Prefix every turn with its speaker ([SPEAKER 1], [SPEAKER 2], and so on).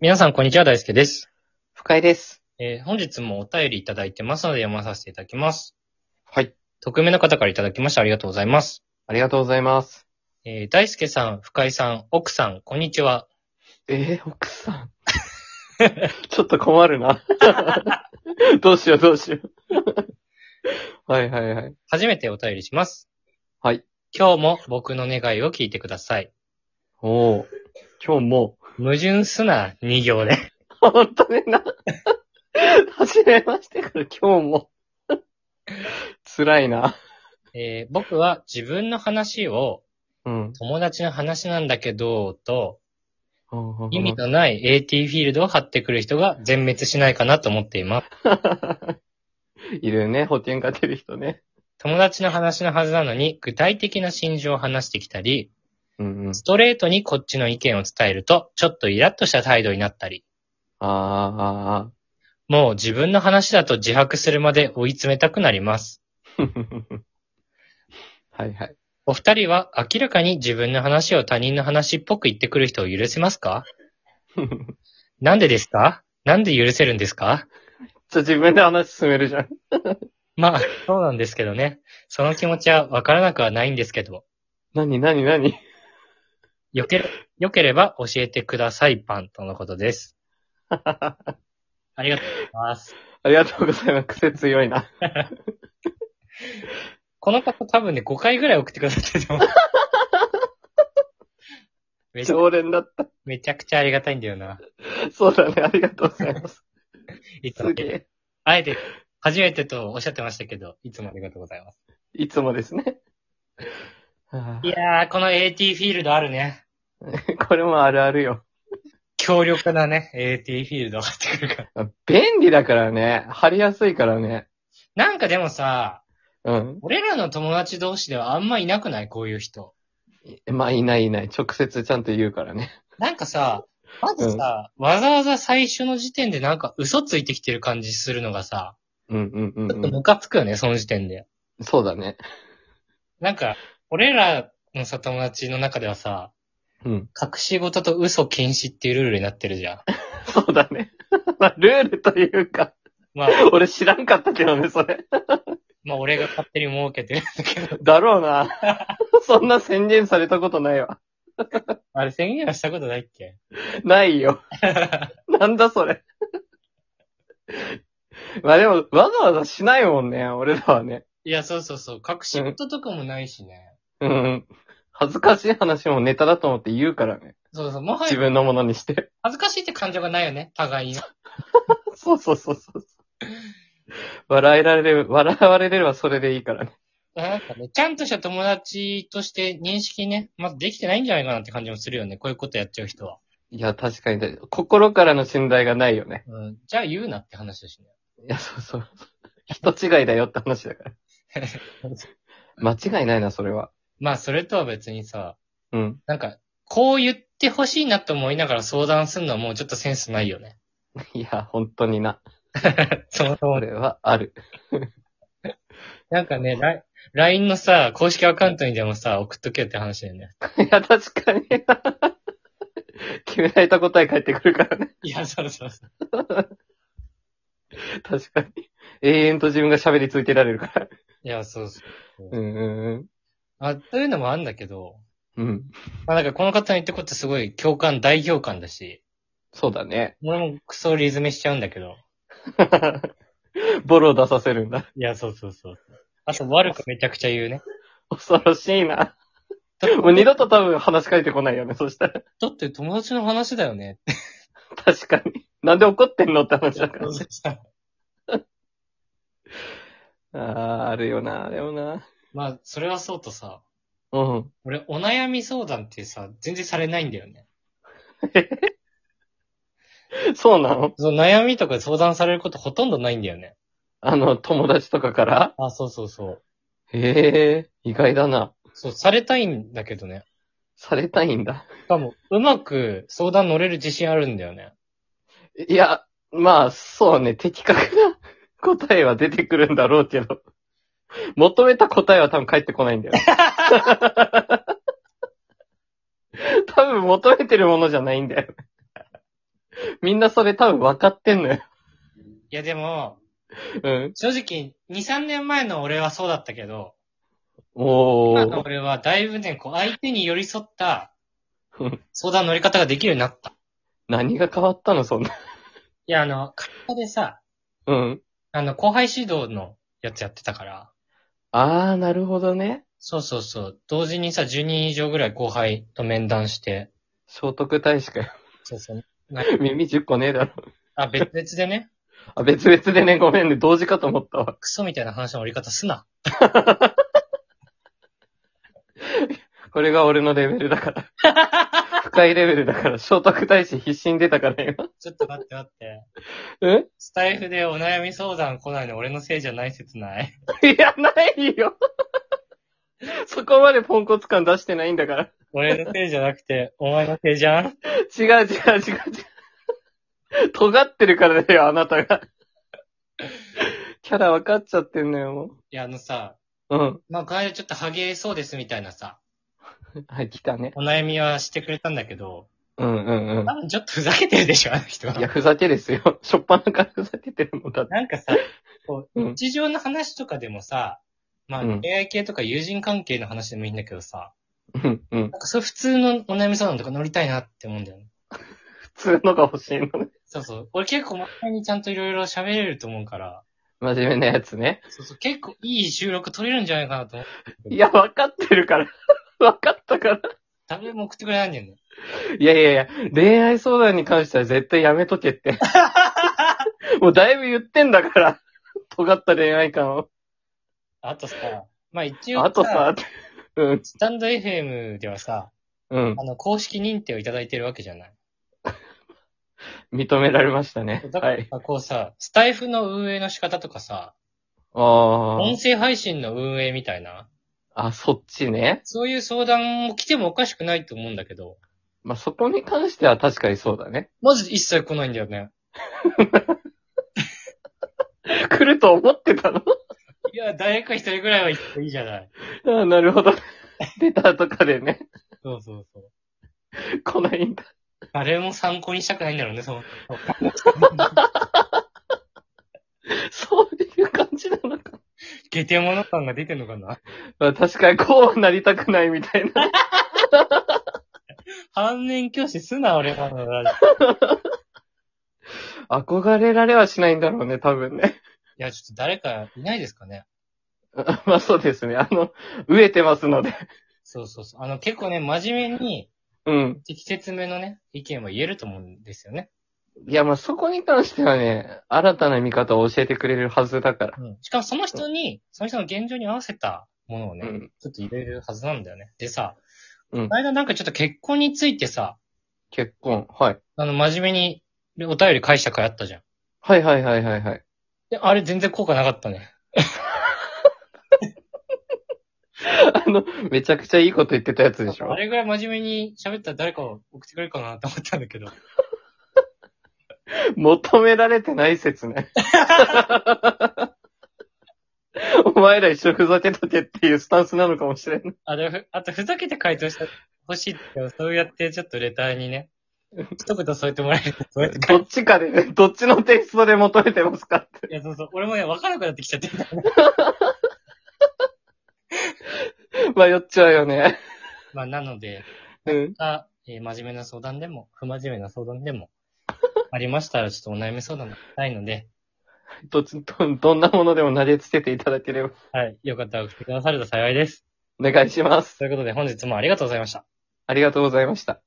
[SPEAKER 1] 皆さん、こんにちは。大輔です。
[SPEAKER 2] 深井です。
[SPEAKER 1] えー本日もお便りいただいてますので読まさせていただきます。
[SPEAKER 2] はい。
[SPEAKER 1] 匿名の方からいただきましてありがとうございます。
[SPEAKER 2] ありがとうございます。
[SPEAKER 1] えー大輔さん、深井さん、奥さん、こんにちは。
[SPEAKER 2] えー、奥さん。 ちょっと困るな。 どうしよう、どうしよう。はいはいはい。
[SPEAKER 1] 初めてお便りします。
[SPEAKER 2] はい。
[SPEAKER 1] 今日も僕の願いを聞いてください。
[SPEAKER 2] おー。今日も、
[SPEAKER 1] 矛盾すな2行で。
[SPEAKER 2] 本当にな。初めましてから今日も。辛いな。
[SPEAKER 1] えー僕は自分の話を
[SPEAKER 2] うん。
[SPEAKER 1] 友達の話なんだけど、と、意味のない AT フィールドを張ってくる人が全滅しないかなと思っています。
[SPEAKER 2] いるよね、保険が出る人ね。
[SPEAKER 1] 友達の話のはずなのに、具体的な心情を話してきたり、
[SPEAKER 2] うんうん。
[SPEAKER 1] ストレートにこっちの意見を伝えると、ちょっとイラッとした態度になったり、
[SPEAKER 2] あ
[SPEAKER 1] もう自分の話だと自白するまで追い詰めたくなります。
[SPEAKER 2] ー。 はいはい。
[SPEAKER 1] お二人は明らかに自分の話を他人の話っぽく言ってくる人を許せますかなんでですかなんで許せるんですか
[SPEAKER 2] じゃあ自分で話進めるじゃん。
[SPEAKER 1] まあ、そうなんですけどね。その気持ちはわからなくはないんですけど、
[SPEAKER 2] 何何何
[SPEAKER 1] よけれ、よければ教えてください、パンとのこと です。
[SPEAKER 2] あ
[SPEAKER 1] ありがとうございます。
[SPEAKER 2] りがとうございます。癖強いな。
[SPEAKER 1] この方多分ね、5回ぐらい送ってくださってると 思う。めちゃ
[SPEAKER 2] 常連だった。
[SPEAKER 1] めちゃくちゃありがたいんだよな。
[SPEAKER 2] そうだね。ありがとうございます。
[SPEAKER 1] いつも
[SPEAKER 2] すげえ。
[SPEAKER 1] あえて、初めてとおっしゃってましたけど、いつもありがとうございます。
[SPEAKER 2] いつもですね。 はい
[SPEAKER 1] やー、この AT フィールドあるね。
[SPEAKER 2] あこれもあるあるよ。
[SPEAKER 1] 強力なね、AT フィールドが入ってくるから。
[SPEAKER 2] 便利だからね。貼りやすいからね。
[SPEAKER 1] なんかでもさ、
[SPEAKER 2] うん。
[SPEAKER 1] 俺らの友達同士ではあんまいなくないこういう人。
[SPEAKER 2] まあ、いないいない。直接ちゃんと言うからね。
[SPEAKER 1] なんかさ、まずさ、わざわざ最初の時点でなんか嘘ついてきてる感じするのがさ、
[SPEAKER 2] うんうんう
[SPEAKER 1] ちょっ
[SPEAKER 2] ん、
[SPEAKER 1] と
[SPEAKER 2] う
[SPEAKER 1] ムカつくよね、その時点で。
[SPEAKER 2] ん。そうだね。
[SPEAKER 1] なんか、俺らのさ、友達の中ではさ、
[SPEAKER 2] うん。
[SPEAKER 1] 隠し事と嘘禁止っていうルールになってるじゃん。
[SPEAKER 2] そうだね。 まあ、ルールというか。
[SPEAKER 1] まあ、
[SPEAKER 2] 俺知らんかったけどね、それ。
[SPEAKER 1] まあ俺が勝手に儲けて るんだけど、
[SPEAKER 2] だろうな。 そんな宣言されたことないわ。
[SPEAKER 1] あれ宣言はしたことないっけ
[SPEAKER 2] ないよ。なんだそれ。 まあでも、わざわざしないもんね、俺らはね。
[SPEAKER 1] いや、そうそうそう。隠し事とかもないしね。
[SPEAKER 2] うん。恥ずかしい話もネタだと思って言うからね。
[SPEAKER 1] そうそう。もは
[SPEAKER 2] 自
[SPEAKER 1] や
[SPEAKER 2] 分のものにして。
[SPEAKER 1] 恥ずかしいって感情がないよね。互いに。
[SPEAKER 2] そうそうそうそう。笑えられる、笑われればそれでいいからね。
[SPEAKER 1] なんかね、ちゃんとした友達として認識ね、まずできてないんじゃないかなって感じもするよね。こういうことやっちゃう人は。
[SPEAKER 2] いや、確かに。心からの信頼がないよね。
[SPEAKER 1] うん。じゃあ言うなって話だしね。
[SPEAKER 2] いや、そうそう。人違いだよって話だから。間違いないな、それは。
[SPEAKER 1] まあ、それとは別にさ、
[SPEAKER 2] うん。
[SPEAKER 1] なんか、こう言ってほしいなと思いながら相談するのはもうちょっとセンスないよね。
[SPEAKER 2] いや、本当にな。
[SPEAKER 1] そもそも
[SPEAKER 2] それはある。
[SPEAKER 1] なんかね、ライ LINE のさ、公式アカウントにでもさ、送っとけよって話だよね。
[SPEAKER 2] いや、確かに。決められた答え返ってくるからね。
[SPEAKER 1] いや、そうそうそう。
[SPEAKER 2] 確かに。永遠と自分が喋り続けられるから。
[SPEAKER 1] いや、そうそう。
[SPEAKER 2] うんうん
[SPEAKER 1] あ、というのもあるんだけど、
[SPEAKER 2] うん。うん。
[SPEAKER 1] まあなんかこの方の言ってことすごい共感、大共感だし、
[SPEAKER 2] そうだね。
[SPEAKER 1] 俺もクソリズメしちゃうんだけど。
[SPEAKER 2] ボロを出させるんだ。
[SPEAKER 1] いや、そうそうそう。あと悪くめちゃくちゃ言う ね。
[SPEAKER 2] 恐ろしいな。もう二度と多分話し返ってこないよね、そしたら。
[SPEAKER 1] だって友達の話だよ ね。
[SPEAKER 2] 確かに。なんで怒ってんのって話だから。あー、あるよな、あれよな。
[SPEAKER 1] まあ、それはそうとさ、
[SPEAKER 2] うん。
[SPEAKER 1] 俺、お悩み相談ってさ、全然されないんだよね。
[SPEAKER 2] そうなの
[SPEAKER 1] その悩みとか相談されることほとんどないんだよね。
[SPEAKER 2] あの、友達とかから
[SPEAKER 1] あ、そうそうそう。
[SPEAKER 2] へえ、意外だな。
[SPEAKER 1] そう、されたいんだけどね。
[SPEAKER 2] されたいんだ。
[SPEAKER 1] しかも、うまく相談乗れる自信あるんだよね。
[SPEAKER 2] いや、まあ、そうね、的確な答えは出てくるんだろうけど、求めた答えは多分返ってこないんだよ。多分求めてるものじゃないんだよ。みんなそれ多分分かってんのよ。
[SPEAKER 1] いやでも、
[SPEAKER 2] うん。
[SPEAKER 1] 正直、2、3年前の俺はそうだったけど、
[SPEAKER 2] お
[SPEAKER 1] 今の
[SPEAKER 2] ー。
[SPEAKER 1] 俺はだいぶね、こう、相手に寄り添った
[SPEAKER 2] うん、
[SPEAKER 1] 相談乗り方ができるようになった。い
[SPEAKER 2] 何が変わったの、そんな。
[SPEAKER 1] や、あの、会社でさ、
[SPEAKER 2] うん。
[SPEAKER 1] あの、後輩指導のやつやってたから、
[SPEAKER 2] あー、なるほどね。
[SPEAKER 1] そうそうそう、同時にさ、10人以上ぐらい後輩と面談して、
[SPEAKER 2] 聖徳太子かよ。
[SPEAKER 1] そうそう、
[SPEAKER 2] 耳10個ねえだろ。
[SPEAKER 1] あ、別々でね、
[SPEAKER 2] あ、別々でね、ごめんね、同時かと思ったわ。
[SPEAKER 1] クソみたいな話の折り方すな。
[SPEAKER 2] これが俺のレベルだから。深いレベルだから、聖徳太子必死に出たから今。
[SPEAKER 1] ちょっと待って待って。
[SPEAKER 2] え
[SPEAKER 1] スタイフでお悩み相談来ないの俺のせいじゃない説ない。
[SPEAKER 2] いや、ないよ。そこまでポンコツ感出してないんだから。
[SPEAKER 1] 俺のせいじゃなくて、お前のせいじゃん
[SPEAKER 2] 違う違う違う違う。尖ってるからだよ、あなたが。キャラ分かっちゃってんのよ、も
[SPEAKER 1] いや、あのさ、
[SPEAKER 2] う。うん。
[SPEAKER 1] まあ、この間ちょっとハゲそうですみたいなさ、
[SPEAKER 2] はい、来たね。
[SPEAKER 1] お悩みはしてくれたんだけど、
[SPEAKER 2] うんうんうん
[SPEAKER 1] 多。分ちょっとふざけてるでしょ、あの人
[SPEAKER 2] いや、
[SPEAKER 1] は。
[SPEAKER 2] ふざけですよ。しょっぱなからふざけてるのだって。
[SPEAKER 1] なんかさ、こう
[SPEAKER 2] うん
[SPEAKER 1] 日常の話とかでもさ、まあ、
[SPEAKER 2] うん
[SPEAKER 1] 恋愛系とか友人関係の話でもいいんだけどさ、
[SPEAKER 2] うんうん。
[SPEAKER 1] なんかそう普通のお悩み相談とか乗りたいなって思うんだよね。
[SPEAKER 2] 普通のが欲しいのね。
[SPEAKER 1] そうそう。俺結構前にちゃんといろいろ喋れると思うから、
[SPEAKER 2] 真面目なやつね。
[SPEAKER 1] そうそう、結構いい収録撮れるんじゃないかなと思って。
[SPEAKER 2] いや、分かってるから。分かったから。
[SPEAKER 1] 誰も送ってくれないんだよね。
[SPEAKER 2] いやいやいや、恋愛相談に関しては絶対やめと けって。もうだいぶ言ってんだから。尖った恋愛感を。
[SPEAKER 1] あとさ、まあ一応さ、
[SPEAKER 2] あとさ、うん、
[SPEAKER 1] スタンド FM ではさ、
[SPEAKER 2] うん、
[SPEAKER 1] あの、公式認定をいただいてるわけじゃない。
[SPEAKER 2] 認められましたね。
[SPEAKER 1] だか
[SPEAKER 2] は
[SPEAKER 1] ら
[SPEAKER 2] い。、
[SPEAKER 1] こうさ、スタイフの運営の仕方とかさ、
[SPEAKER 2] あ
[SPEAKER 1] 音声配信の運営みたいな、
[SPEAKER 2] あ、あ、そっちね。
[SPEAKER 1] そういう相談も来てもおかしくないと思うんだけど、
[SPEAKER 2] まあ、そこに関しては確かにそうだね。
[SPEAKER 1] マジで一切来ないんだよね。
[SPEAKER 2] 来ると思ってたの
[SPEAKER 1] いや、誰か一人ぐらいは行っていいじゃない。
[SPEAKER 2] ああ、なる ほど。出たとかでね、
[SPEAKER 1] そうそうそう。
[SPEAKER 2] 来ないんだ。
[SPEAKER 1] 誰も参考にしたくないんだろうね、その。
[SPEAKER 2] そういう感じなのか。
[SPEAKER 1] ゲテモノ感が出てんのかな
[SPEAKER 2] まあ、確かにこうはなりたくないみたい な。
[SPEAKER 1] 反面教師すな、俺らのラジオ。い
[SPEAKER 2] 憧れられはしないんだろうね、多分ね。
[SPEAKER 1] や、ちょっと誰かいないですかね。
[SPEAKER 2] あ まあそうですね。あの、飢えてますので。
[SPEAKER 1] そうそうそう。あの、結構ね、真面目に、
[SPEAKER 2] うん。
[SPEAKER 1] 適切めのね、意見は言えると思うんですよね。
[SPEAKER 2] いや、まあそこに関してはね、新たな見方を教えてくれるはずだから。
[SPEAKER 1] うん。しかもその人に、その人の現状に合わせたものをね、
[SPEAKER 2] うん
[SPEAKER 1] ちょっと入れるはずなんだよね。でさ、
[SPEAKER 2] うん
[SPEAKER 1] この間なんかちょっと結婚についてさ、
[SPEAKER 2] 結婚。はい。
[SPEAKER 1] あの、真面目にお便り返した回あったじゃん。
[SPEAKER 2] はいはいはいはいはい。
[SPEAKER 1] で、あれ全然効果なかったね。
[SPEAKER 2] あの、めちゃくちゃいいこと言ってたやつでしょ
[SPEAKER 1] あれぐらい真面目に喋ったら誰かを送ってくれるかなと思ったんだけど。
[SPEAKER 2] 求められてない説 ね。お前ら一生ふざけとけっていうスタンスなのかもしれんない。
[SPEAKER 1] あ、でもふ、あとふざけて回答してほしいっていうか、そうやってちょっとレターにね、一言添えてもらえると、そうやって書い
[SPEAKER 2] どっちかでね、どっちのテイストで求めてますかって。
[SPEAKER 1] て。いや、そうそう。俺もね、わからなくなってきちゃって んだよね
[SPEAKER 2] 迷っちゃうよね。
[SPEAKER 1] まあ、なので、
[SPEAKER 2] うん。
[SPEAKER 1] あ、えー真面目な相談でも、不真面目な相談でも、ありましたらちょっとお悩み相談したいので、
[SPEAKER 2] どっち、ど、どんなものでも投げつけていただければ
[SPEAKER 1] はい。よかったら送ってくださると幸いです。
[SPEAKER 2] お願いします。
[SPEAKER 1] ということで、本日もありがとうございました。
[SPEAKER 2] ありがとうございました。